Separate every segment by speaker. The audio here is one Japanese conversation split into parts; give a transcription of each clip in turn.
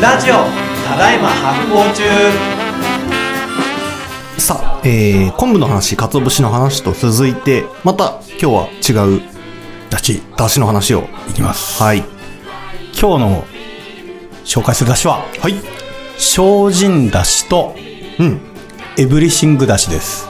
Speaker 1: ラジオただいま発行中
Speaker 2: さあ、えー、昆布の話、鰹節の話と続いて、また今日は違う、
Speaker 3: だし、
Speaker 2: だしの話を。
Speaker 3: いきます。
Speaker 2: はい。
Speaker 3: 今日の紹介するだしは、
Speaker 2: はい。
Speaker 3: 精進だしと
Speaker 2: うん。
Speaker 3: エブリシングだしです。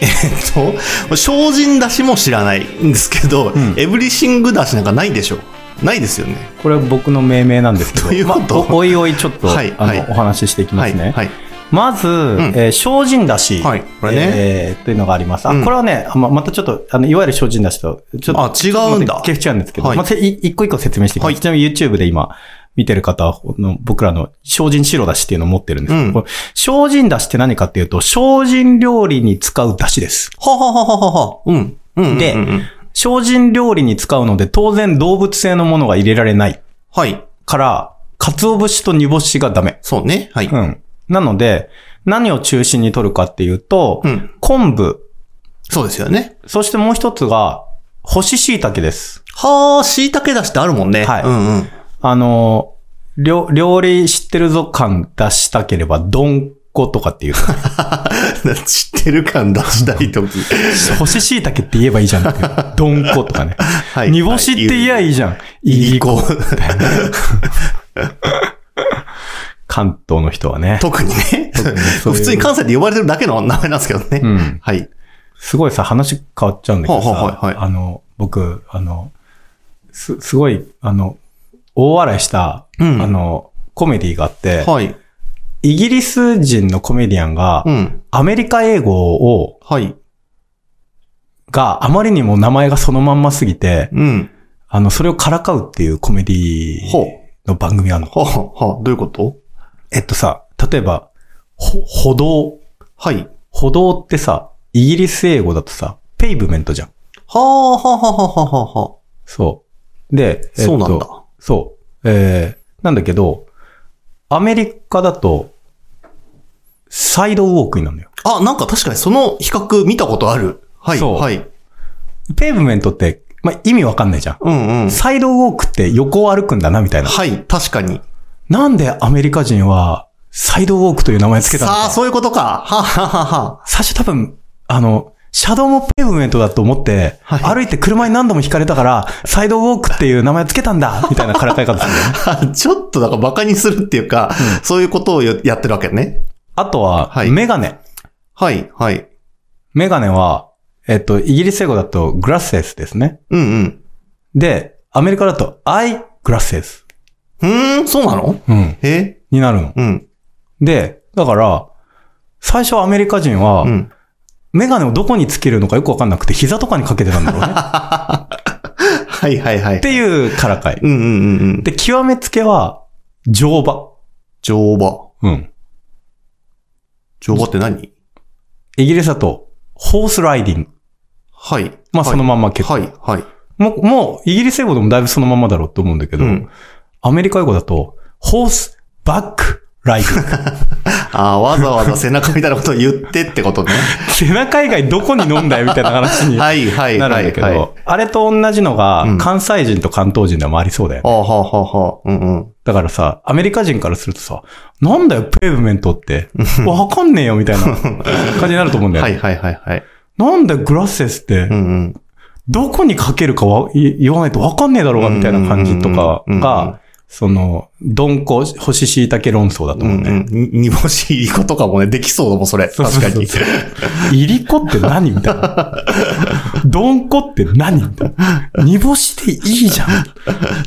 Speaker 2: えーっと、精進だしも知らないんですけど、
Speaker 3: ん
Speaker 2: エブリシングだしなんかないでしょないですよね。
Speaker 3: これは僕の命名なんですけど、
Speaker 2: どういうこと
Speaker 3: まあおおいおいちょっと、
Speaker 2: はい
Speaker 3: あの、
Speaker 2: はい
Speaker 3: お話ししていきま
Speaker 2: は
Speaker 3: す
Speaker 2: い。
Speaker 3: ね。
Speaker 2: はい。
Speaker 3: まず、えー精進だし、
Speaker 2: はいこれね
Speaker 3: えーというのがあります。あ、
Speaker 2: うん
Speaker 3: これはね、あままたちょっと、あの、いわゆる精進だしと、ちょっと、
Speaker 2: あ違うんだ
Speaker 3: ちょっと違うんですけど、
Speaker 2: はい
Speaker 3: まあ、せい一個一個説明していきます。
Speaker 2: はい
Speaker 3: ちなみに YouTube で今、見てる方はの、僕らの精進白だしっていうのを持ってるんですけど、
Speaker 2: うん
Speaker 3: これ精進だしって何かっていうと、精進料理に使うだしです。
Speaker 2: はははははは。うん。うんうんうん。
Speaker 3: で
Speaker 2: うん
Speaker 3: 精進料理に使うので、当然動物性のものが入れられない
Speaker 2: はい。
Speaker 3: から、鰹節と煮干しがダメ。
Speaker 2: そうね。はい。
Speaker 3: うん。なので、何を中心に取るかっていうと、
Speaker 2: うん
Speaker 3: 昆布、
Speaker 2: そうですよね。
Speaker 3: そしてもう一つが、干し椎茸です。
Speaker 2: はあ、椎茸だしってあるもんね。
Speaker 3: はい
Speaker 2: うんうん。
Speaker 3: あのー、料料理知ってるぞ感出したければ、どんことか っていう。
Speaker 2: 知ってる感出したいとき。
Speaker 3: 干し椎茸って言えばいいじゃんって いう。どんことかね。
Speaker 2: はい
Speaker 3: 煮干しって言えばいいじゃん。い
Speaker 2: い
Speaker 3: い
Speaker 2: い
Speaker 3: 子。
Speaker 2: 子。
Speaker 3: 関東の人はね。
Speaker 2: 特にね。
Speaker 3: そういう
Speaker 2: 普通に関西で呼ばれてるだけの名前なんですけどね。
Speaker 3: うん
Speaker 2: はい。
Speaker 3: すごいさ、話変わっちゃうんだけどさ、
Speaker 2: はいはいはいはい
Speaker 3: あの、僕、あの、す、すごい、あの、大笑いした、
Speaker 2: うん
Speaker 3: あの、コメディがあって、
Speaker 2: はい。
Speaker 3: イギリス人のコメディアンが、
Speaker 2: うん。
Speaker 3: アメリカ英語を、
Speaker 2: はい。
Speaker 3: があまりにも名前がそのまんますぎて、
Speaker 2: うん。
Speaker 3: あの、それをからかうっていうコメディ
Speaker 2: ほう
Speaker 3: の番組があるの。
Speaker 2: はあ、はあ、どういうこと
Speaker 3: えっとさ、例えば、ほ、歩道。
Speaker 2: はい。
Speaker 3: 歩道ってさ、イギリス英語だとさ、ペイブメントじゃん。
Speaker 2: はあ、はあ、はあ、はあ、はあ、は
Speaker 3: そう。で、
Speaker 2: あ。そうなん
Speaker 3: えっと
Speaker 2: だ。
Speaker 3: そう。えー、なんだけど、アメリカだと、サイドウォークになるのよ。
Speaker 2: あ、なんか確かにその比較見たことある。はい。
Speaker 3: そう
Speaker 2: はい。
Speaker 3: ペーブメントって、まあ、意味わかんないじゃん。
Speaker 2: うんうん。
Speaker 3: サイドウォークって横を歩くんだな、みたいな。
Speaker 2: はい、確かに。
Speaker 3: なんでアメリカ人は、サイドウォークという名前つけたの
Speaker 2: さあ、
Speaker 3: か。
Speaker 2: そういうことか。はあ、はあ、は
Speaker 3: 最初多分、あの、シャドウもペーブメントだと思って、
Speaker 2: はい
Speaker 3: 歩いて車に何度も引かれたから、サイドウォークっていう名前つけたんだ、みたいなからかい方するんだよね。
Speaker 2: あはあ。ちょっとなんか馬鹿にするっていうか、そういうことをややってるわけね。
Speaker 3: あとは、
Speaker 2: はい
Speaker 3: メガネ。
Speaker 2: はい、はい。
Speaker 3: メガネは、えっと、イギリス英語だとグラスセスですね。
Speaker 2: うんうん。
Speaker 3: で、アメリカだと、アイグラスス。
Speaker 2: うーん、そうなの
Speaker 3: うん。
Speaker 2: え
Speaker 3: になるの。
Speaker 2: うん。
Speaker 3: で、だから、最初アメリカ人は、
Speaker 2: うん。
Speaker 3: メガネをどこにつけるのかよくわかんなくて、膝とかにかけてたんだろうね。っ
Speaker 2: はい、はい、はい。
Speaker 3: ていうからかい。
Speaker 2: うん、うん、うんうん。
Speaker 3: で、極めつけは、乗馬。
Speaker 2: 乗馬。
Speaker 3: うん。
Speaker 2: 乗馬って何
Speaker 3: イギリスだと、ホースライディング。
Speaker 2: はい。
Speaker 3: まあ、その
Speaker 2: ま
Speaker 3: まんま結構。
Speaker 2: はい、はい。
Speaker 3: もう、もう、イギリス英語でもだいぶそのまんまだろうと思うんだけど、
Speaker 2: うん
Speaker 3: アメリカ英語だと、ホースバックライディング。
Speaker 2: ああ、わざわざ背中みたいなことを言ってってことね。
Speaker 3: 背中以外どこに飲んだよみたいな話にな
Speaker 2: はい、はい、
Speaker 3: るん
Speaker 2: は
Speaker 3: だ
Speaker 2: い。
Speaker 3: け
Speaker 2: はい。
Speaker 3: ど、あれと同じのが
Speaker 2: うん
Speaker 3: 関西人と関東人でもありそうだよね。
Speaker 2: ああ、はあ、はあ、はあ。うん、うん。
Speaker 3: だからさ、アメリカ人からするとさ、なんだよ、ペーブメントって。わかんねえよ、み たいな感じになると思うんだよ
Speaker 2: は
Speaker 3: ね。
Speaker 2: い、はい、はい、はい。
Speaker 3: なんだよ、グラセスっ
Speaker 2: う
Speaker 3: て、
Speaker 2: ん、うん。
Speaker 3: どこにかけるかはい言わないとわかんねえだろうが、みたいな感じとか
Speaker 2: うんうんうんうんうん
Speaker 3: が、その、どんこ、干し椎茸論争だと
Speaker 2: う
Speaker 3: 思うんね。
Speaker 2: うん。に煮干しいいことかもね、できそうだもん、それ。
Speaker 3: そう
Speaker 2: 確
Speaker 3: そ
Speaker 2: か
Speaker 3: うそ
Speaker 2: に
Speaker 3: う。いりこって何みたいな。どんこって何みたいな。煮干しでいいじゃん。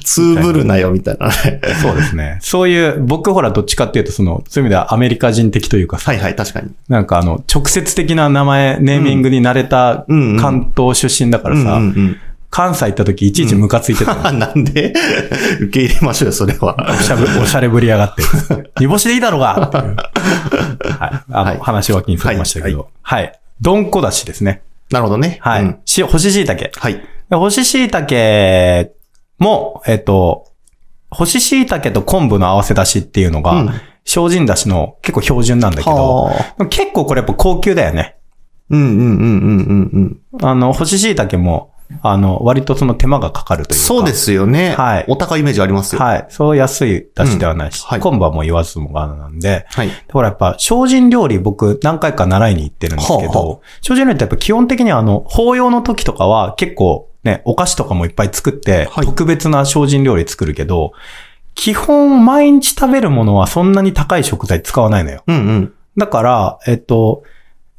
Speaker 2: つぶるなよ、みたいなね。
Speaker 3: そうですね。そういう、僕ほらどっちかっていうと、その、そういう意味ではアメリカ人的というかさ、
Speaker 2: はい、はい、確かに。
Speaker 3: なんかあの、直接的な名前、ネーミングに慣れた
Speaker 2: うんうん
Speaker 3: 関東出身だからさ、
Speaker 2: うん、うん。
Speaker 3: 関西行った時いちいちムカついてたよ、
Speaker 2: あ、なんで 受け入れましょうよ、それは
Speaker 3: お。 しゃぶおしゃれぶりやがって。煮干しでいいだろうがっていう。はい。あの、
Speaker 2: はい
Speaker 3: 話は気にされましたけど。はい。どんこだしですね。
Speaker 2: なるほどね。
Speaker 3: はい。
Speaker 2: うん
Speaker 3: し、干し椎茸。
Speaker 2: はい。
Speaker 3: で干し椎茸も、えっと、干し椎茸と昆布の合わせ出しっていうの
Speaker 2: うん
Speaker 3: が、精進出しの結構標準なんだけど、
Speaker 2: はあ。
Speaker 3: 結構これやっぱ高級だよね。
Speaker 2: うん、うん、うん、うん、うん、うん。
Speaker 3: あの、干し椎茸も、あの、割とその手間がかかるというか。
Speaker 2: そうで。すよね。
Speaker 3: はい
Speaker 2: お高いイメージありますよ。
Speaker 3: はい。そう安い出汁ではないし、
Speaker 2: うんはい
Speaker 3: 昆布はもう言わずもがななんで、
Speaker 2: はい。
Speaker 3: ほらやっぱ、精進料理僕何回か習いに行ってるんですけど、
Speaker 2: はあは
Speaker 3: 精進料理ってやっぱ基本的にあの、法要の時とかは結構ね、お菓子とかもいっぱい作って、
Speaker 2: はい
Speaker 3: 特別な精進料理作るけど、基本毎日食べるものはそんなに高い食材使わないのよ。
Speaker 2: うんうん。
Speaker 3: だから、えっと、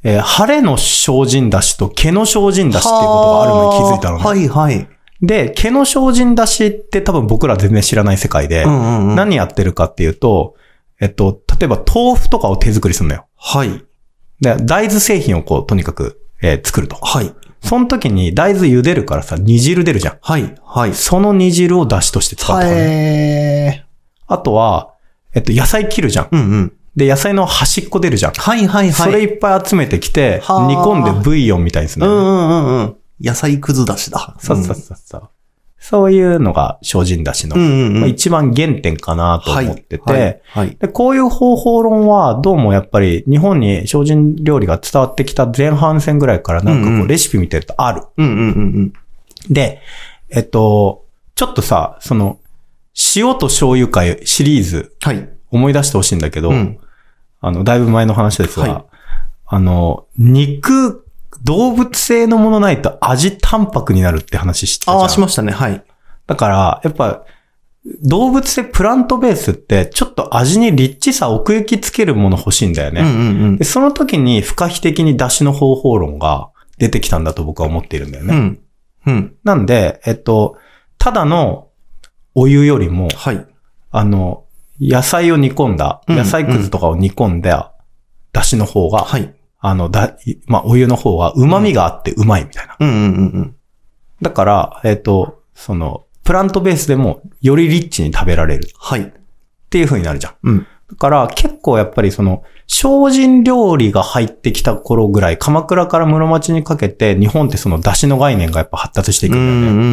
Speaker 3: えー晴れの精進だしと毛の精進だしっていうことがあるのに気づいたのね。
Speaker 2: はいはい。
Speaker 3: で、毛の精進だしって多分僕ら全然知らない世界で、
Speaker 2: うんうんうん。
Speaker 3: 何やってるかっていうと、えっと、例えば豆腐とかを手作りするのよ。
Speaker 2: はい。
Speaker 3: で、大豆製品をこう、とにかく、えー作ると。
Speaker 2: はい。
Speaker 3: その時に大豆茹でるからさ、煮汁出るじゃん。
Speaker 2: はい。はい。
Speaker 3: その煮汁を出汁として使うとかね。
Speaker 2: へ
Speaker 3: あとは、えっと、野菜切るじゃん。
Speaker 2: ー。うんうん。
Speaker 3: で、野菜の端っこ出るじゃん。
Speaker 2: はいはいはい。
Speaker 3: それいっぱい集めてきて、
Speaker 2: はあ
Speaker 3: 煮込んでブイヨンみたいにす
Speaker 2: う
Speaker 3: る
Speaker 2: ん
Speaker 3: のよね。
Speaker 2: うんうんうん。野菜くずだしだ。
Speaker 3: そうそうそうそう。そういうのが精進だしの、
Speaker 2: うんうんうん。
Speaker 3: まあ一番原点かなと思ってて、
Speaker 2: はい。はい。
Speaker 3: で、こういう方法論は、どうもやっぱり日本に精進料理が伝わってきた前半戦ぐらいからなん
Speaker 2: うん
Speaker 3: か
Speaker 2: う
Speaker 3: こ
Speaker 2: ん
Speaker 3: うレシピ見てるとある。
Speaker 2: うんうんうんうん。
Speaker 3: で、えっと、ちょっとさ、その、塩と醤油会シリーズ
Speaker 2: はい。
Speaker 3: 思い出してほしいんだけど、
Speaker 2: うん。
Speaker 3: あの、だいぶ前の話ですが、
Speaker 2: はい
Speaker 3: あの、肉、動物性のものないと味淡白になるって話してたじゃん。
Speaker 2: ああ、しましたね。はい。
Speaker 3: だから、やっぱ、動物性プラントベースって、ちょっと味にリッチさ奥行きつけるもの欲しいんだよね。
Speaker 2: うんうんうん
Speaker 3: で、。その時に不可避的に出汁の方法論が出てきたんだと僕は思っているんだよ
Speaker 2: う
Speaker 3: ね。
Speaker 2: ん。うん。
Speaker 3: なんで、えっと、ただのお湯よりも、
Speaker 2: はい。
Speaker 3: あの、野菜を煮込んだ、
Speaker 2: うん
Speaker 3: 野菜くずとかを煮込んだ出汁の方が、
Speaker 2: はい。
Speaker 3: あの、だ、まあ、お湯の方が旨味があってうまいみたいな。
Speaker 2: うんうんうんうん。
Speaker 3: だから、えっと、その、プラントベースでもよりリッチに食べられるっ
Speaker 2: はい。
Speaker 3: ていう風になるじゃん。
Speaker 2: うん。
Speaker 3: だから結構やっぱりその、精進料理が入ってきた頃ぐらい、鎌倉から室町にかけて、日本ってその出汁の概念がやっぱ発達していくんだよね。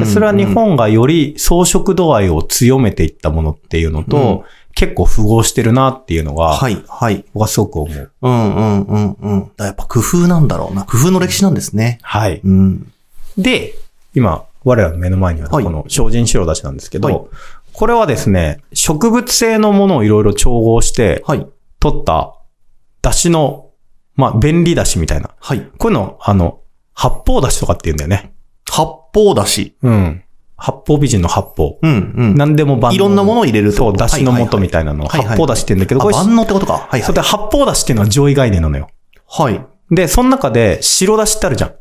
Speaker 2: ん
Speaker 3: でそれは日本がより装飾度合いを強めていったものっていうのと、結構符合してるなっていうのが、
Speaker 2: はい、はい。
Speaker 3: 僕はすごく思う。
Speaker 2: うんうんうんうん。だからやっぱ工夫なんだろうな。工夫の歴史なんですね。
Speaker 3: はい。
Speaker 2: うん。
Speaker 3: で、今、我らの目の前には
Speaker 2: はい
Speaker 3: この精進白だしなんですけど、
Speaker 2: はい
Speaker 3: これはですね、植物性のものをいろいろ調合して、
Speaker 2: はい。
Speaker 3: 取った、だしの、まあ、便利だしみたいな。
Speaker 2: はい。
Speaker 3: こういうの、あの、八方だしとかって言うんだよね。
Speaker 2: 八方だし。
Speaker 3: うん。八方美人の八方。
Speaker 2: うんうん。
Speaker 3: 何でも万能。
Speaker 2: いろんなものを入れるって
Speaker 3: そ
Speaker 2: こ
Speaker 3: う、
Speaker 2: と
Speaker 3: だしの素み
Speaker 2: い
Speaker 3: たいなのを
Speaker 2: はい
Speaker 3: 八
Speaker 2: はい
Speaker 3: 方だしって言うんだけ
Speaker 2: な
Speaker 3: ど、これ、
Speaker 2: あ、
Speaker 3: そ
Speaker 2: 万能ってことか。はいは
Speaker 3: れ
Speaker 2: い。
Speaker 3: で八方だしっていうのは上位概念なのよ。
Speaker 2: はい。
Speaker 3: で、その中で白だしってあるじゃん。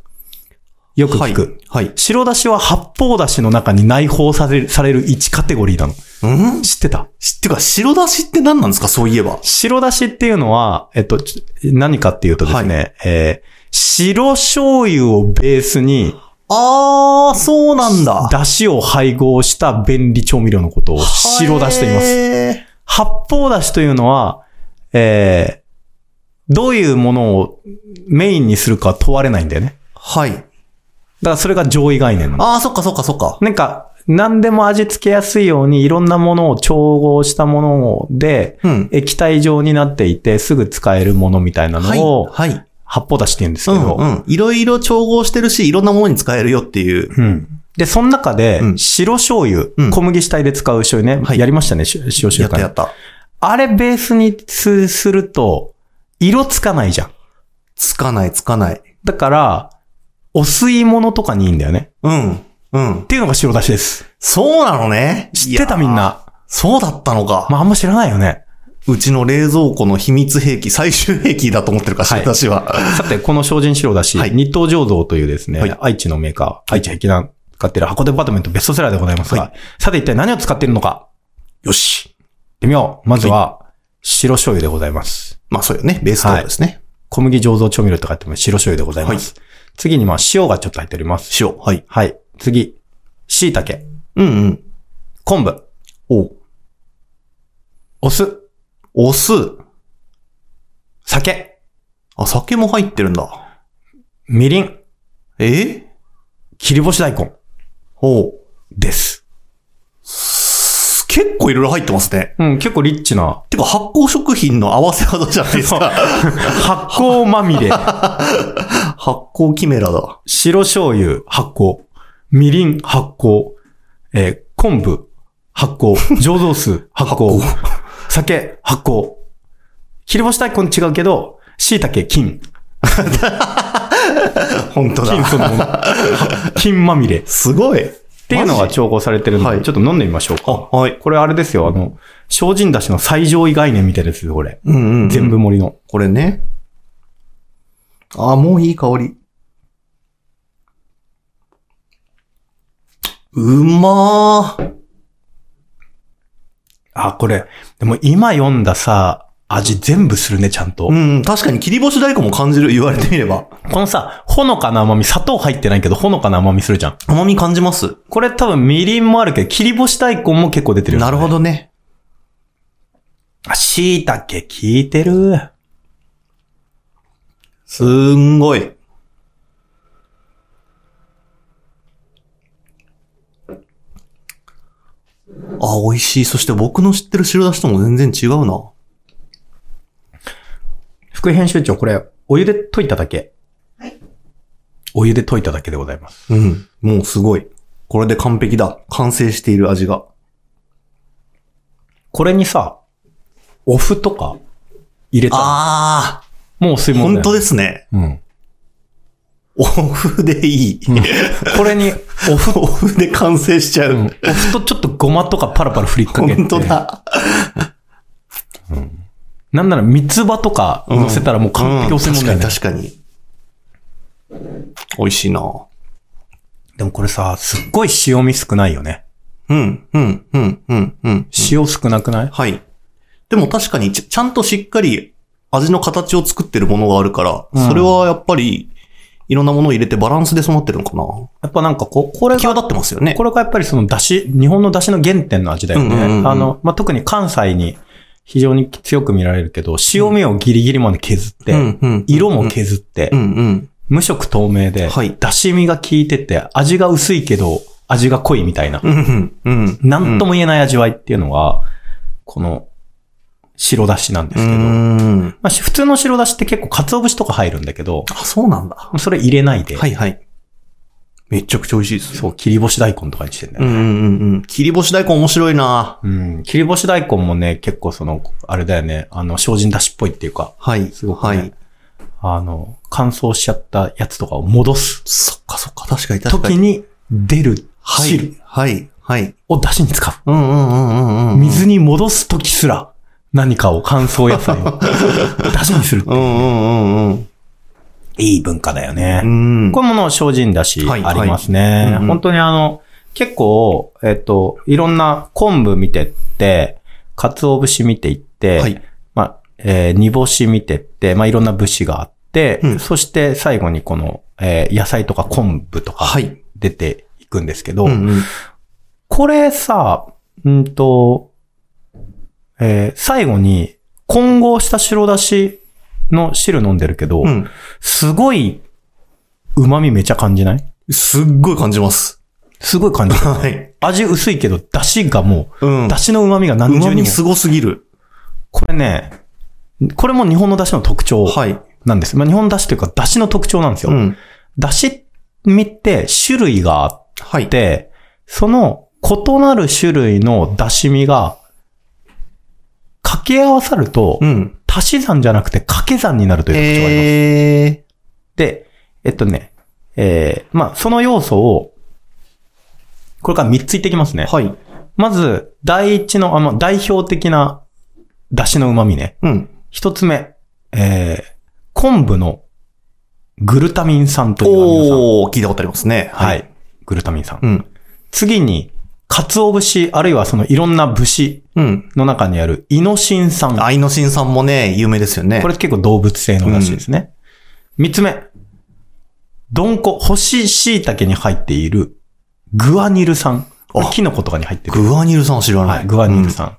Speaker 3: よく
Speaker 2: はい
Speaker 3: 聞く。。
Speaker 2: はい。
Speaker 3: 白だしは八方だしの中に内包される、される1カテゴリーなの。
Speaker 2: うん
Speaker 3: 知ってた
Speaker 2: しってか、白だしって何なんですかそういえば。
Speaker 3: 白だしっていうのは、えっと、ちょ何かっていうとですね、えー白醤油をベースに、
Speaker 2: あー、そうなんだ。
Speaker 3: だしを配合した便利調味料のことを白だしと言います。
Speaker 2: へー
Speaker 3: 八方だしというのは、えー、どういうものをメインにするかは問われないんだよね。
Speaker 2: はい。
Speaker 3: だからそれが上位概念なの。
Speaker 2: あー、そっかそっかそっか。
Speaker 3: なんか、何でも味付けやすいようにいろんなものを調合したもので、
Speaker 2: うん。
Speaker 3: 液体状になっていてすぐ使えるものみたいな
Speaker 2: はい。
Speaker 3: のを、
Speaker 2: はい。
Speaker 3: 八方だしって言うんです
Speaker 2: う
Speaker 3: け
Speaker 2: ん
Speaker 3: ど、
Speaker 2: うん。いろいろ調合してるし、いろんなものに使えるよっていう。
Speaker 3: うんで、その中で
Speaker 2: う、ん
Speaker 3: 白醤油、
Speaker 2: うん
Speaker 3: 小麦主体で使う醤油ね、
Speaker 2: はい
Speaker 3: やりましたね、し塩
Speaker 2: や
Speaker 3: 醤
Speaker 2: った
Speaker 3: 油
Speaker 2: や
Speaker 3: か
Speaker 2: った。
Speaker 3: あれベースにすすると、色つかないじゃん。
Speaker 2: つかないつかない。
Speaker 3: だから、お吸い物とかにいいんだよね。
Speaker 2: うん。うん
Speaker 3: っ。ていうのが白だしです。
Speaker 2: そうなのね。
Speaker 3: 知ってた
Speaker 2: いや
Speaker 3: みんな。
Speaker 2: そうだったのか。
Speaker 3: まあ、あんま知らないよね。
Speaker 2: うちの冷蔵庫の秘密兵器、最終兵器だと思ってるから、
Speaker 3: はい
Speaker 2: 私は。
Speaker 3: さて、この精進白だし、
Speaker 2: はい
Speaker 3: 日東醸造というですね、
Speaker 2: はい
Speaker 3: 愛知のメーカー、愛知碧南使っている箱デパートメントベストセラーでございますが、
Speaker 2: は
Speaker 3: さて一体何を使っているのか、
Speaker 2: よし。
Speaker 3: 行ってみよう。まずは、白醤油でございます。
Speaker 2: まあそうよね。ベースカードですね。
Speaker 3: 小麦醸造調味料とかっても白醤油でございます。次に、まあ、塩がちょっと入っております。
Speaker 2: 塩。はい。
Speaker 3: はい。次、椎茸、
Speaker 2: うんうん。
Speaker 3: 昆布、
Speaker 2: お、
Speaker 3: お酢、
Speaker 2: お酢。
Speaker 3: 酒、
Speaker 2: あ、酒も入ってるんだ。
Speaker 3: みりん、
Speaker 2: え
Speaker 3: 切り干し大根
Speaker 2: お
Speaker 3: です。
Speaker 2: 結構いろいろ入ってますね。
Speaker 3: うん、結構リッチな。
Speaker 2: てか発酵食品の合わせ技じゃないです か。
Speaker 3: 発酵まみれ。
Speaker 2: 発酵キメラだ。
Speaker 3: 白醤油、発酵。みりん発酵、えー昆布発 酵、醸造酢発酵、酒発酵。切り干し大根違うけど、椎茸金、
Speaker 2: 本当
Speaker 3: 金
Speaker 2: だ。
Speaker 3: その もの、金まみれっ
Speaker 2: すごい。
Speaker 3: ていうのが調合されてるの
Speaker 2: マ
Speaker 3: で、
Speaker 2: ジ
Speaker 3: ちょっと飲んでみましょうか。
Speaker 2: はい。
Speaker 3: これあれですよ、あの、精進だしの最上位概念みたいですよ、これ。
Speaker 2: うんうんうん。
Speaker 3: 全部。盛りの。
Speaker 2: これね。ああ、もういい香り。うまー。
Speaker 3: あ、これ、でも今読んださ、味全部するね、ちゃんと。
Speaker 2: うんうん、確かに切り干し大根も感じる、言われてみれば。
Speaker 3: このさ、ほのかな甘み、砂糖入ってないけど、ほのかな甘みするじゃん。
Speaker 2: 甘み感じます。
Speaker 3: これ多分みりんもあるけど、切り干し大根も結構出てるよ、
Speaker 2: なるほどね。
Speaker 3: あ。椎茸効いてる。
Speaker 2: すんごい。あ、美味しい。そして僕の知ってる白だしとも全然違うな。
Speaker 3: 副編集長、これ、お湯で溶いただけ。はい。お湯で溶いただけでございます。
Speaker 2: うん。もうすごい。これで完璧だ。完成している味が。
Speaker 3: これにさ、お麩とか入れたら、
Speaker 2: あ
Speaker 3: もうお吸い
Speaker 2: ー、
Speaker 3: 物だ
Speaker 2: 本
Speaker 3: よ
Speaker 2: 当ですね。
Speaker 3: うん。
Speaker 2: お風でいい。
Speaker 3: これに、
Speaker 2: お風、お風で完成しちゃう。
Speaker 3: うんお麩とちょっとごまとかパラパラ振りかけて。
Speaker 2: 本当だ。
Speaker 3: なんなら三つ葉とか乗せたらもう完璧お吸い物だよ
Speaker 2: うん
Speaker 3: ね。
Speaker 2: 確かに、確かに。美味しいな
Speaker 3: でもこれさ、すっごい塩味少ないよね。
Speaker 2: うん、うん、うん、うん、うん。
Speaker 3: 塩少なくない
Speaker 2: はい。でも確かにち、ちゃんとしっかり味の形を作ってるものがあるから、
Speaker 3: うん
Speaker 2: それはやっぱり、いろんなものを入れてバランスでそうなってるのかな
Speaker 3: やっぱなんかこう、これ
Speaker 2: 際
Speaker 3: が、
Speaker 2: 立ってますよね。
Speaker 3: これがやっぱりその出汁、日本の出汁の原点の味だよね。
Speaker 2: うんうんうん
Speaker 3: あの、まあ、特に関西に非常に強く見られるけど、塩味をギリギリまで削って、
Speaker 2: うん、うん。
Speaker 3: 色も削って、
Speaker 2: うん、うん。
Speaker 3: 無色透明で、
Speaker 2: はい
Speaker 3: 出汁味が効いてて、味が薄いけど、味が濃いみたいな、
Speaker 2: うん、うん、うん。
Speaker 3: なんとも言えない味わいっていうのが、この、白だしなんですけど、
Speaker 2: うん。
Speaker 3: まあ、し普通の白だしって結構鰹節とか入るんだけど、
Speaker 2: あ、そうなんだ。
Speaker 3: それ入れないで、
Speaker 2: はい、はい。めちゃくちゃ美味しいです。
Speaker 3: そう、切り干し大根とかにしてんだよね
Speaker 2: うん、うん、うん。切り干し大根面白いな
Speaker 3: うん。切り干し大根もね、結構その、あれだよね、あの、精進出しっぽいっていうか、
Speaker 2: はい。
Speaker 3: すごく
Speaker 2: は
Speaker 3: ね、
Speaker 2: い。
Speaker 3: あの、乾燥しちゃったやつとかを戻す
Speaker 2: そっかそっか、確かに確かに。
Speaker 3: 時に出る
Speaker 2: はい
Speaker 3: 汁
Speaker 2: はい、はい。
Speaker 3: を出汁に使
Speaker 2: うん、うん、うん、うんう
Speaker 3: う。
Speaker 2: ん。
Speaker 3: 水に戻す時すら何かを乾燥野菜 を出汁にする。
Speaker 2: うん、うん、うん、うん。
Speaker 3: いい文化だよね。
Speaker 2: うん。
Speaker 3: これもの精進だし、あ
Speaker 2: はい
Speaker 3: りますね。
Speaker 2: はいうんうん
Speaker 3: 本当にあの、結構、えっと、いろんな昆布見てって、鰹節見ていって、
Speaker 2: はい
Speaker 3: まあ、えー煮干し見てって、まあ、いろんな節があって、
Speaker 2: うん
Speaker 3: そして最後にこの、えー野菜とか昆布とか
Speaker 2: はい。
Speaker 3: 出ていくんですけど、
Speaker 2: うんうん
Speaker 3: これさ、うんと、えー最後に混合した白だしの汁飲んでるけど、
Speaker 2: うん。
Speaker 3: すごい旨味めちゃ感じない
Speaker 2: すっごい感じます。
Speaker 3: すごい 感じる。
Speaker 2: はい。
Speaker 3: 味薄いけど、出汁がも
Speaker 2: うん
Speaker 3: う、出。汁の旨味が何重
Speaker 2: 旨
Speaker 3: に
Speaker 2: 味
Speaker 3: も。
Speaker 2: すごすぎる。
Speaker 3: これね、これも日本の出汁の特徴
Speaker 2: はい。
Speaker 3: なんです。まあ、日本の出汁というか、出汁の特徴なんですよ。
Speaker 2: うん。
Speaker 3: 出汁味って種類があっ
Speaker 2: はい。
Speaker 3: て、その異なる種類の出汁味が、掛け合わさると
Speaker 2: う、ん。
Speaker 3: 足し算じゃなくて掛け算になるという特徴があります。
Speaker 2: え
Speaker 3: で、えっとね、えー、まあ、その要素を、これから3つ言ってきますね
Speaker 2: ー。。はい。
Speaker 3: まず、第一の、あまあ、代表的な、出汁の旨味ね。
Speaker 2: うん。
Speaker 3: 一つ目、えー、昆布のグルタミン酸というアミノ
Speaker 2: おー、聞いたことありますね。
Speaker 3: 酸。は。い。グルタミン酸。
Speaker 2: うん。
Speaker 3: 次に、鰹節、あるいはそのいろんな節
Speaker 2: うん。
Speaker 3: の中にあるイノシン酸。
Speaker 2: 愛の新さんもね、有名ですよね。
Speaker 3: これ結構動物性の出汁ですね。三、つ目、どんこ、干し椎茸に入っているグアニル酸。これキノコとかに入ってる。
Speaker 2: グアニルさんは知ら
Speaker 3: は、
Speaker 2: ないい。
Speaker 3: グアニル
Speaker 2: ん。
Speaker 3: 酸。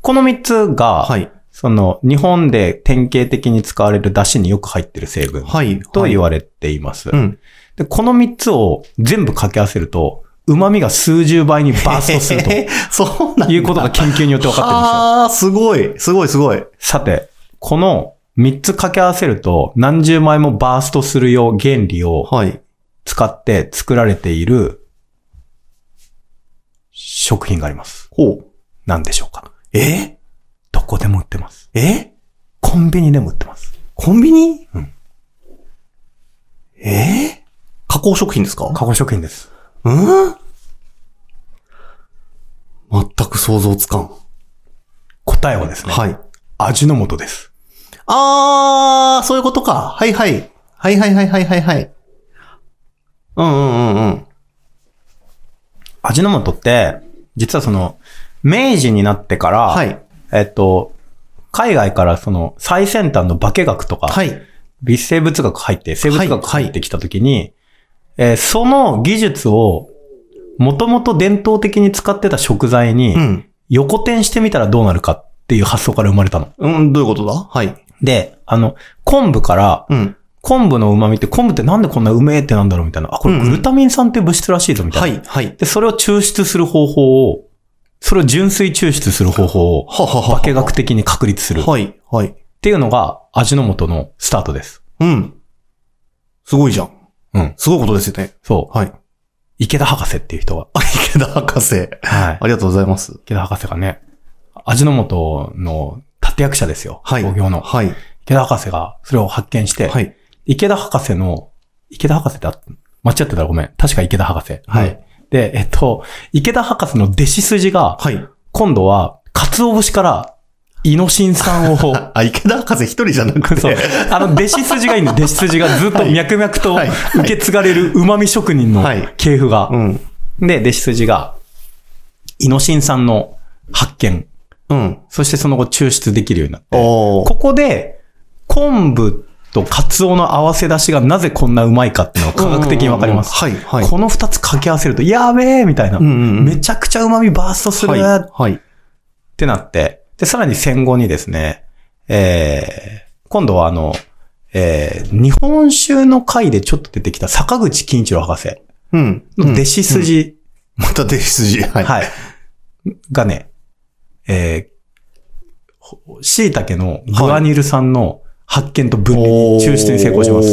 Speaker 3: この三つが、
Speaker 2: はい。
Speaker 3: その、日本で典型的に使われる出汁によく入ってる成分
Speaker 2: はい。
Speaker 3: と言
Speaker 2: わ
Speaker 3: われています。
Speaker 2: うん。
Speaker 3: で、この三つを全部掛け合わせると、旨味が数十倍にバーストする と
Speaker 2: そうなんだ。
Speaker 3: いうことが研究によって分かっ
Speaker 2: あー、すごい。すごいすごい。
Speaker 3: てるんですよ。さて、この三つ掛け合わせると何十倍もバーストするよう原理を
Speaker 2: はい。
Speaker 3: 使って作られている食品があります。
Speaker 2: ほう。
Speaker 3: 何でしょうか
Speaker 2: え
Speaker 3: どこでも売ってます。
Speaker 2: え
Speaker 3: コンビニでも売ってます。
Speaker 2: コンビニ
Speaker 3: うん
Speaker 2: えー加工食品ですか
Speaker 3: 加工食品です。
Speaker 2: うん全く想像つかん。
Speaker 3: 答えはですね、
Speaker 2: はい。
Speaker 3: 味の素です。
Speaker 2: あー、そういうことか。はいはい。はいはいはいはいはいはい。うんうんうんうん。
Speaker 3: 味の素って、実はその、明治になってから、
Speaker 2: はい。
Speaker 3: えっと、海外からその最先端の化学とか、
Speaker 2: はい。
Speaker 3: 微生物学入って、生物学入ってきたときに、えーその技術を、もともと伝統的に使ってた食材に
Speaker 2: う、ん。
Speaker 3: 横転してみたらどうなるかっていう発想から生まれたの。
Speaker 2: うん、どういうことだはい。
Speaker 3: で、あの、昆布から、
Speaker 2: うん。
Speaker 3: 昆布の旨味って、昆布ってなんでこんなうめえってなんだろうみたいな。あ、これ
Speaker 2: うんうん
Speaker 3: グルタミン酸っていう物質らしいぞみたいな。
Speaker 2: はい、はい。
Speaker 3: で、それを抽出する方法を、それを純粋抽出する方法を、
Speaker 2: ははは
Speaker 3: 化学的に確立する。っ
Speaker 2: はい、はい。
Speaker 3: ていうのが、味の素のスタートです。
Speaker 2: うん。すごいじゃん。
Speaker 3: うん。
Speaker 2: すごいことですよね。
Speaker 3: そう。
Speaker 2: はい。
Speaker 3: 池田博士っていう人が。
Speaker 2: あ、池田博士。
Speaker 3: はい。
Speaker 2: ありがとうございます。
Speaker 3: 池田博士がね、味の素の立役者ですよ。
Speaker 2: はい。
Speaker 3: 工業の。
Speaker 2: はい。
Speaker 3: 池田博士がそれを発見して、
Speaker 2: はい。
Speaker 3: 池田博士の、池田博士ってあ間違ってたらごめん。確か池田博士。
Speaker 2: はい。
Speaker 3: で、えっと、池田博士の弟子筋が、
Speaker 2: はい。
Speaker 3: 今度は、鰹節から、イノシン酸を、そう。
Speaker 2: あ、池田博士一人じゃな くて。
Speaker 3: あの、弟子筋がいいんだよ弟子筋がずっと脈々と
Speaker 2: はいはい
Speaker 3: 受け継がれる旨味職人の
Speaker 2: はい
Speaker 3: 系譜が。
Speaker 2: うん。
Speaker 3: で、弟子筋が、イノシン酸の発見。
Speaker 2: うん。
Speaker 3: そしてその後抽出できるようになって。
Speaker 2: おー。
Speaker 3: ここで、昆布とカツオの合わせ出しがなぜこんなうまいかっていうのが科学的にわかります。
Speaker 2: うんうんうんはい、はい。
Speaker 3: この二つ掛け合わせると、やべえみたいな。
Speaker 2: うんうんうん
Speaker 3: めちゃくちゃ旨味バーストする
Speaker 2: はい
Speaker 3: っ
Speaker 2: はい。
Speaker 3: てなって。で、さらに戦後にですね、えー、今度はあの、えー、日本酒の会でちょっと出てきた坂口金一郎博士
Speaker 2: うん。
Speaker 3: の弟子筋、
Speaker 2: また弟子筋。はい。
Speaker 3: はい。がね、えー、しいたけのグアニル酸の発見と分離に抽出に成功します。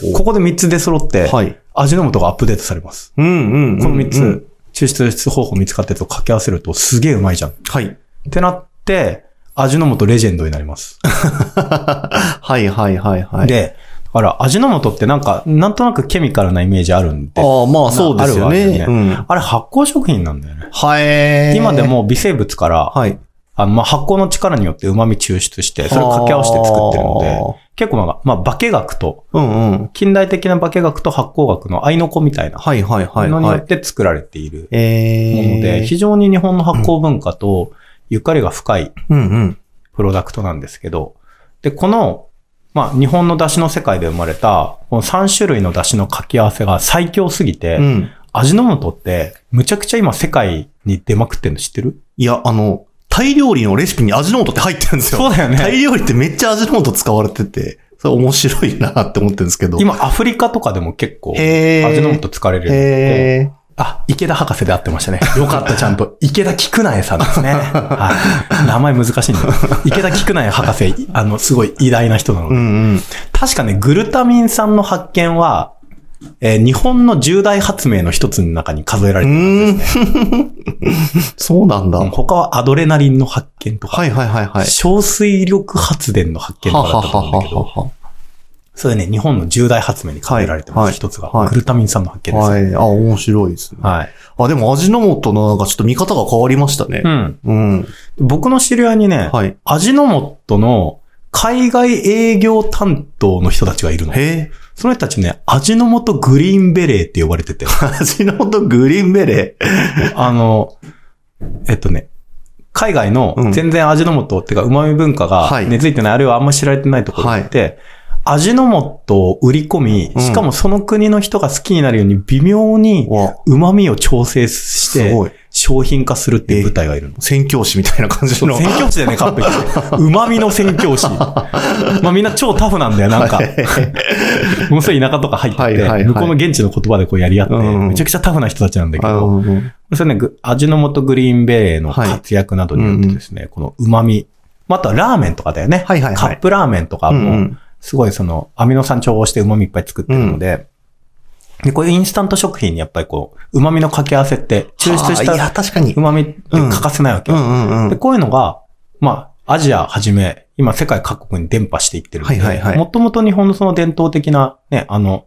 Speaker 2: す。
Speaker 3: ここで3つ出揃って、
Speaker 2: はい。
Speaker 3: 味の素がアップデートされます。
Speaker 2: うんうんうん。
Speaker 3: この3
Speaker 2: う
Speaker 3: つ
Speaker 2: ん。、
Speaker 3: 抽出方法見つかってと掛け合わせるとすげえうまいじゃん。っ
Speaker 2: はい。
Speaker 3: てなって、味の素レジェンドになります。
Speaker 2: はいはいはいはい。、
Speaker 3: で、だから味の素ってなんか、なんとなくケミカルなイメージあるんで、
Speaker 2: ああ、まあそうです
Speaker 3: あ
Speaker 2: よ
Speaker 3: るわけ
Speaker 2: ね
Speaker 3: ね。
Speaker 2: うん。
Speaker 3: あれ発酵食品なんだよね。
Speaker 2: はい。
Speaker 3: 今で、も微生物から、
Speaker 2: はい。
Speaker 3: あの、まあ、発酵の力によって旨味抽出して、それを掛け合わせて作ってるので、結構まあ、まあ、化学と、
Speaker 2: あー。うんうん。
Speaker 3: 近代的な化学と発酵学の合いの子みたいな、
Speaker 2: はいはいはい
Speaker 3: のによ
Speaker 2: は
Speaker 3: っ
Speaker 2: い。
Speaker 3: て作られている
Speaker 2: え
Speaker 3: もので、非常に日本の発酵文化とゆかりが深い
Speaker 2: うんうん。
Speaker 3: プロダクトなんですけど、で、この、まあ、日本の出汁の世界で生まれた、この3種類の出汁の掛け合わせが最強すぎて、
Speaker 2: うん。
Speaker 3: 味の素って、むちゃくちゃ今世界に出まくってんの知ってる
Speaker 2: いや、あの、タイ料理のレシピに味の素って入ってるんですよ。
Speaker 3: そうだよね
Speaker 2: タイ料理ってめっちゃ味の素使われてて、それ面白いなって思ってるんですけど。、
Speaker 3: 今アフリカとかでも結構、
Speaker 2: へー
Speaker 3: 味の素使われるようになって
Speaker 2: へ
Speaker 3: あ、池田博士で会ってましたね。よかった、ちゃんと。 池田菊苗さんですね。はい。名前難しいんだよ。池田菊苗博士、いあの、すごい偉大な人なの
Speaker 2: ー。う
Speaker 3: で。
Speaker 2: んうん。
Speaker 3: 確かね、グルタミン酸の発見は、えー日本の重大発明の一つの中に数えられ
Speaker 2: う
Speaker 3: てる。
Speaker 2: ーん。 そうなんだ。はい
Speaker 3: 他はアドレナリンの発見とか、
Speaker 2: はいはいはい。
Speaker 3: 小水力発電の発見とかだったと思うんだけど、
Speaker 2: は
Speaker 3: それね、日本の重大発明に数えられてま
Speaker 2: はい
Speaker 3: す、一つが
Speaker 2: は。い
Speaker 3: グルタミン酸の発見
Speaker 2: は
Speaker 3: です。
Speaker 2: は
Speaker 3: はい。
Speaker 2: はい。あ、面白いですね。あ、でも味の素のなんかちょっと見方が変わりましたね
Speaker 3: う。ん。
Speaker 2: うん。
Speaker 3: 僕の知り合いにね、
Speaker 2: はい。
Speaker 3: 味の素の海外営業担当の人たちがいるの
Speaker 2: へ。え。
Speaker 3: その人たちね、味の素グリーンベレーって呼ばれてて、
Speaker 2: 味の素グリーンベレー。
Speaker 3: あの、えっとね、海外の
Speaker 2: うん
Speaker 3: 全然味の素、ってか旨味文化
Speaker 2: は
Speaker 3: が
Speaker 2: い
Speaker 3: 根付いてない、あるいはあんま知られてないところって、味の素を売り込み
Speaker 2: う、ん
Speaker 3: しかもその国の人が好きになるように微妙に
Speaker 2: わ、
Speaker 3: 旨味を調整し
Speaker 2: す
Speaker 3: て
Speaker 2: ごい。
Speaker 3: 商品化するっていう舞台がいるの。
Speaker 2: 宣教師みたいな感じ
Speaker 3: そう
Speaker 2: の。
Speaker 3: 宣教師だよね、完璧に。旨味の宣教師。まあみんな超タフなんだよ、なんか。ものすごい田舎とか入ってて、
Speaker 2: はいはいはい
Speaker 3: 向こうの現地の言葉でこうやり合って、
Speaker 2: うん
Speaker 3: めちゃくちゃタフな人たちなんだけ
Speaker 2: あ
Speaker 3: ど、
Speaker 2: のうん
Speaker 3: それね、ぐ味の素グリーンベレーの活躍などによってですね、この旨味、またラーメンとかだよね。
Speaker 2: はいはいはい
Speaker 3: カップラーメンとか
Speaker 2: うんう
Speaker 3: も
Speaker 2: ん、
Speaker 3: すごいその、アミノ酸調合して旨味いっぱい作ってるので、で、こういうインスタント食品にやっぱりこう、旨味の掛け合わせって、抽出し
Speaker 2: あーいや、
Speaker 3: た
Speaker 2: 確かに。
Speaker 3: 旨味って欠かせないわけ
Speaker 2: う
Speaker 3: よ。
Speaker 2: んうんう
Speaker 3: で、
Speaker 2: ん。
Speaker 3: こういうのが、まあ、アジアはじめ、今世界各国に伝播していってるんで、
Speaker 2: はいはいはい
Speaker 3: もともと日本のその伝統的なね、あの、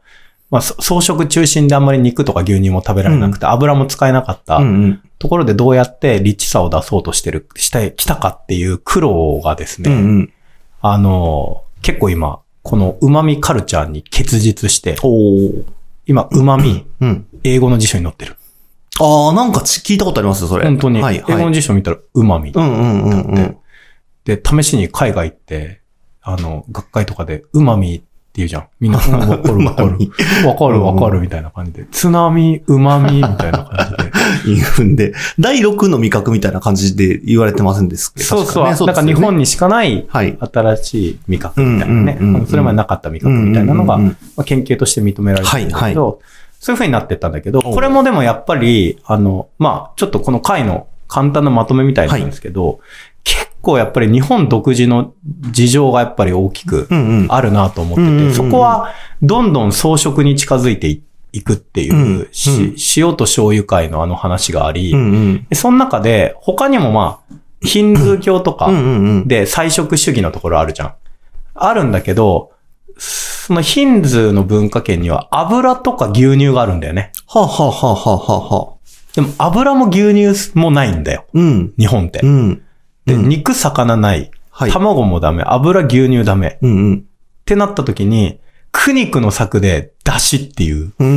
Speaker 3: まあ、そ装飾中心であんまり肉とか牛乳も食べられなくて、油も使えなかった
Speaker 2: うんうん。
Speaker 3: ところでどうやってリッチさを出そうとしてる、してきたかっていう苦労がです
Speaker 2: う
Speaker 3: ね、
Speaker 2: んうん。
Speaker 3: あの、結構今、この旨味カルチャーに結実して、今、旨味、
Speaker 2: うん。
Speaker 3: 英語の辞書に載ってる。
Speaker 2: ああ、なんかち聞いたことありますよ、それ。
Speaker 3: 本当に。
Speaker 2: はい
Speaker 3: 英
Speaker 2: は
Speaker 3: 語の
Speaker 2: い。
Speaker 3: 辞書見たら、旨味。
Speaker 2: うんうんうんうん。
Speaker 3: で、試しに海外行って、あの、学会とかで、うまみって言うじゃん。みんな、うんわ かるわかる。わかるわかるみたいな感じで。津波、うまみみたいな感じで。
Speaker 2: 韻踏んで。第6の味覚みたいな感じで言われてませんです
Speaker 3: そうそう。な
Speaker 2: 確
Speaker 3: ん
Speaker 2: です
Speaker 3: か
Speaker 2: よね
Speaker 3: 日本にしかない
Speaker 2: はい。
Speaker 3: 新しい味覚みたいなね。
Speaker 2: うんうんうんうん
Speaker 3: あのそれまでなかった味覚みたいなのが、
Speaker 2: うんうんう
Speaker 3: ま
Speaker 2: ん
Speaker 3: あ研究として認められてるんだ
Speaker 2: は
Speaker 3: け
Speaker 2: い
Speaker 3: ど、そういう風になってったんだけど、これもでもやっぱり、あの、まあ、ちょっとこの回の簡単なまとめみたいなんですけど、結構やっぱり日本独自の事情がやっぱり大きく
Speaker 2: うんうん。
Speaker 3: あるなと思ってて、
Speaker 2: うんうんうんうん
Speaker 3: そこはどんどん装飾に近づいていいくっていう、
Speaker 2: うんうん
Speaker 3: し塩と醤油界のあの話があり、
Speaker 2: うんうん。
Speaker 3: でその中で他にもまあ、ヒンズー教と
Speaker 2: うん
Speaker 3: か
Speaker 2: うんうん。
Speaker 3: で菜食主義のところあるじゃん。あるんだけど、そのヒンズーの文化圏には油とか牛乳があるんだよね。
Speaker 2: はあ、はあはあはあはあはあ、
Speaker 3: でも油も牛乳もないんだよ。
Speaker 2: うん。
Speaker 3: 日本って
Speaker 2: う。ん。
Speaker 3: で、
Speaker 2: うん
Speaker 3: 肉、魚ない。
Speaker 2: はい。
Speaker 3: 卵もダメ。油、牛乳ダメ。
Speaker 2: うん
Speaker 3: ってなった時に、苦肉の策で、出汁っていう
Speaker 2: うん。う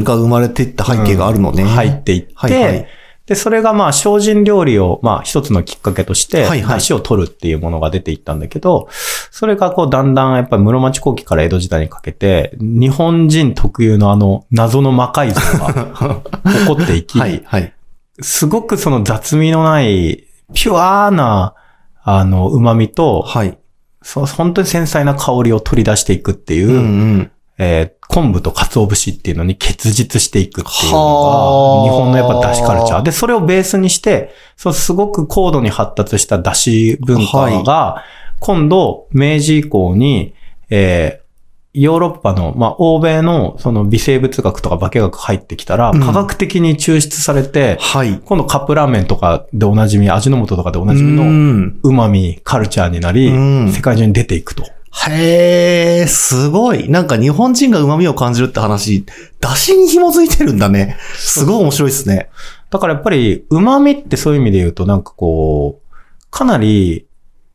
Speaker 2: ーん。が生まれていった背景があるのね。
Speaker 3: 入っていって、
Speaker 2: はいはい
Speaker 3: で、それがまあ、精進料理を、まあ、一つのきっかけとして、
Speaker 2: はいは
Speaker 3: 出
Speaker 2: い
Speaker 3: 汁を取るっていうものが出ていったんだけど、それがこう、だんだん、やっぱり室町後期から江戸時代にかけて、日本人特有のあの、謎の魔改造 が起こっていき、
Speaker 2: はい。はい。
Speaker 3: すごくその雑味のない、ピュアな、あの、旨味と、
Speaker 2: はい。
Speaker 3: そう本当に繊細な香りを取り出していくっていう、
Speaker 2: うんうん。
Speaker 3: えー昆布と鰹節っていうのに結実していくっていうのが
Speaker 2: はー、
Speaker 3: 日本のやっぱ出汁カルチャー。で、それをベースにして、そうすごく高度に発達した出汁文化が、今度、明治以降に、えーヨーロッパの、まあ、欧米の、その微生物学とか化学入ってきたら、
Speaker 2: うん
Speaker 3: 科学的に抽出されて、
Speaker 2: はい。
Speaker 3: 今度カップラーメンとかでおなじみ、味の素とかでお
Speaker 2: う
Speaker 3: なじみの、
Speaker 2: ん。
Speaker 3: 旨味、カルチャーになり、
Speaker 2: うん
Speaker 3: 世界中に出ていくと。
Speaker 2: へえ、すごい。なんか日本人が旨味を感じるって話、出汁に紐づいてるんだね。すごい面白いですね。
Speaker 3: だからやっぱり、旨味ってそういう意味で言うと、なんかこう、かなり、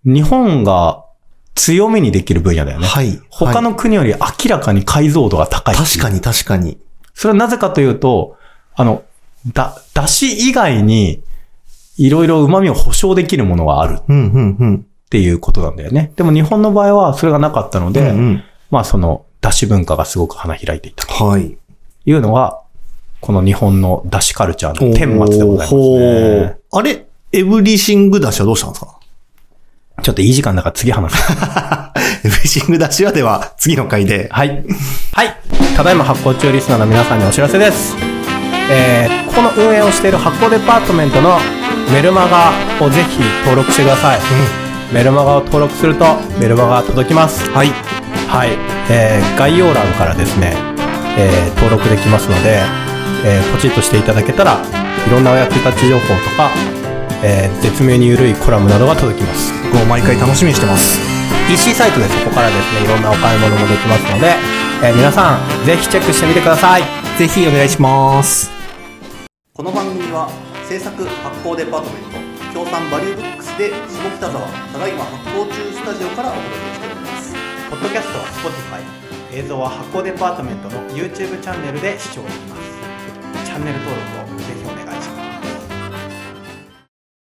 Speaker 3: 日本が強みにできる分野だよね。
Speaker 2: はい。
Speaker 3: 他
Speaker 2: はい
Speaker 3: の国より明らかに解像度が高い。
Speaker 2: 確か。に確かに。
Speaker 3: それはなぜかというと、あの、だ、だし以外に、いろいろ旨味を保証できるものがあるっ
Speaker 2: うん、うん、うん。
Speaker 3: ていうことなんだよね。でも日本の場合はそれがなかったので、
Speaker 2: うんうん、
Speaker 3: まあその、だし文化がすごく花開いていったと
Speaker 2: はい。
Speaker 3: いうのが、この日本のだしカルチャーの天末でございます
Speaker 2: お
Speaker 3: ね
Speaker 2: ー。あれエブリシング出汁はどうしたんですか
Speaker 3: ちょっといい時間だから次話す。
Speaker 2: エブリシング出汁はでは次の回で。
Speaker 3: はい。はい。ただいま発行中リスナーの皆さんにお知らせです。えー、この運営をしている発行デパートメントのメルマガをぜひ登録してください。メルマガを登録するとメルマガが届きます。はい。はい。えー、概要欄からですね、えー、登録できますので、えー、ポチッとしていただけたら、いろんなお役立ち情報とか、えー、絶妙に緩いコラムなどが届きます。
Speaker 2: もう毎回楽しみにしてます。
Speaker 3: EC サイトでそこからですねいろんなお買い物もできますので、えー皆さんぜひチェックしてみてください
Speaker 2: ぜひお願いします。この番組は制作発行デパートメント協賛バリューブックスで下北沢ただいま発行中スタジオからお届けしております。
Speaker 3: ポッドキャストは Spotify 映像は発行デパートメントの YouTube チャンネルで視聴できますチャンネル登録を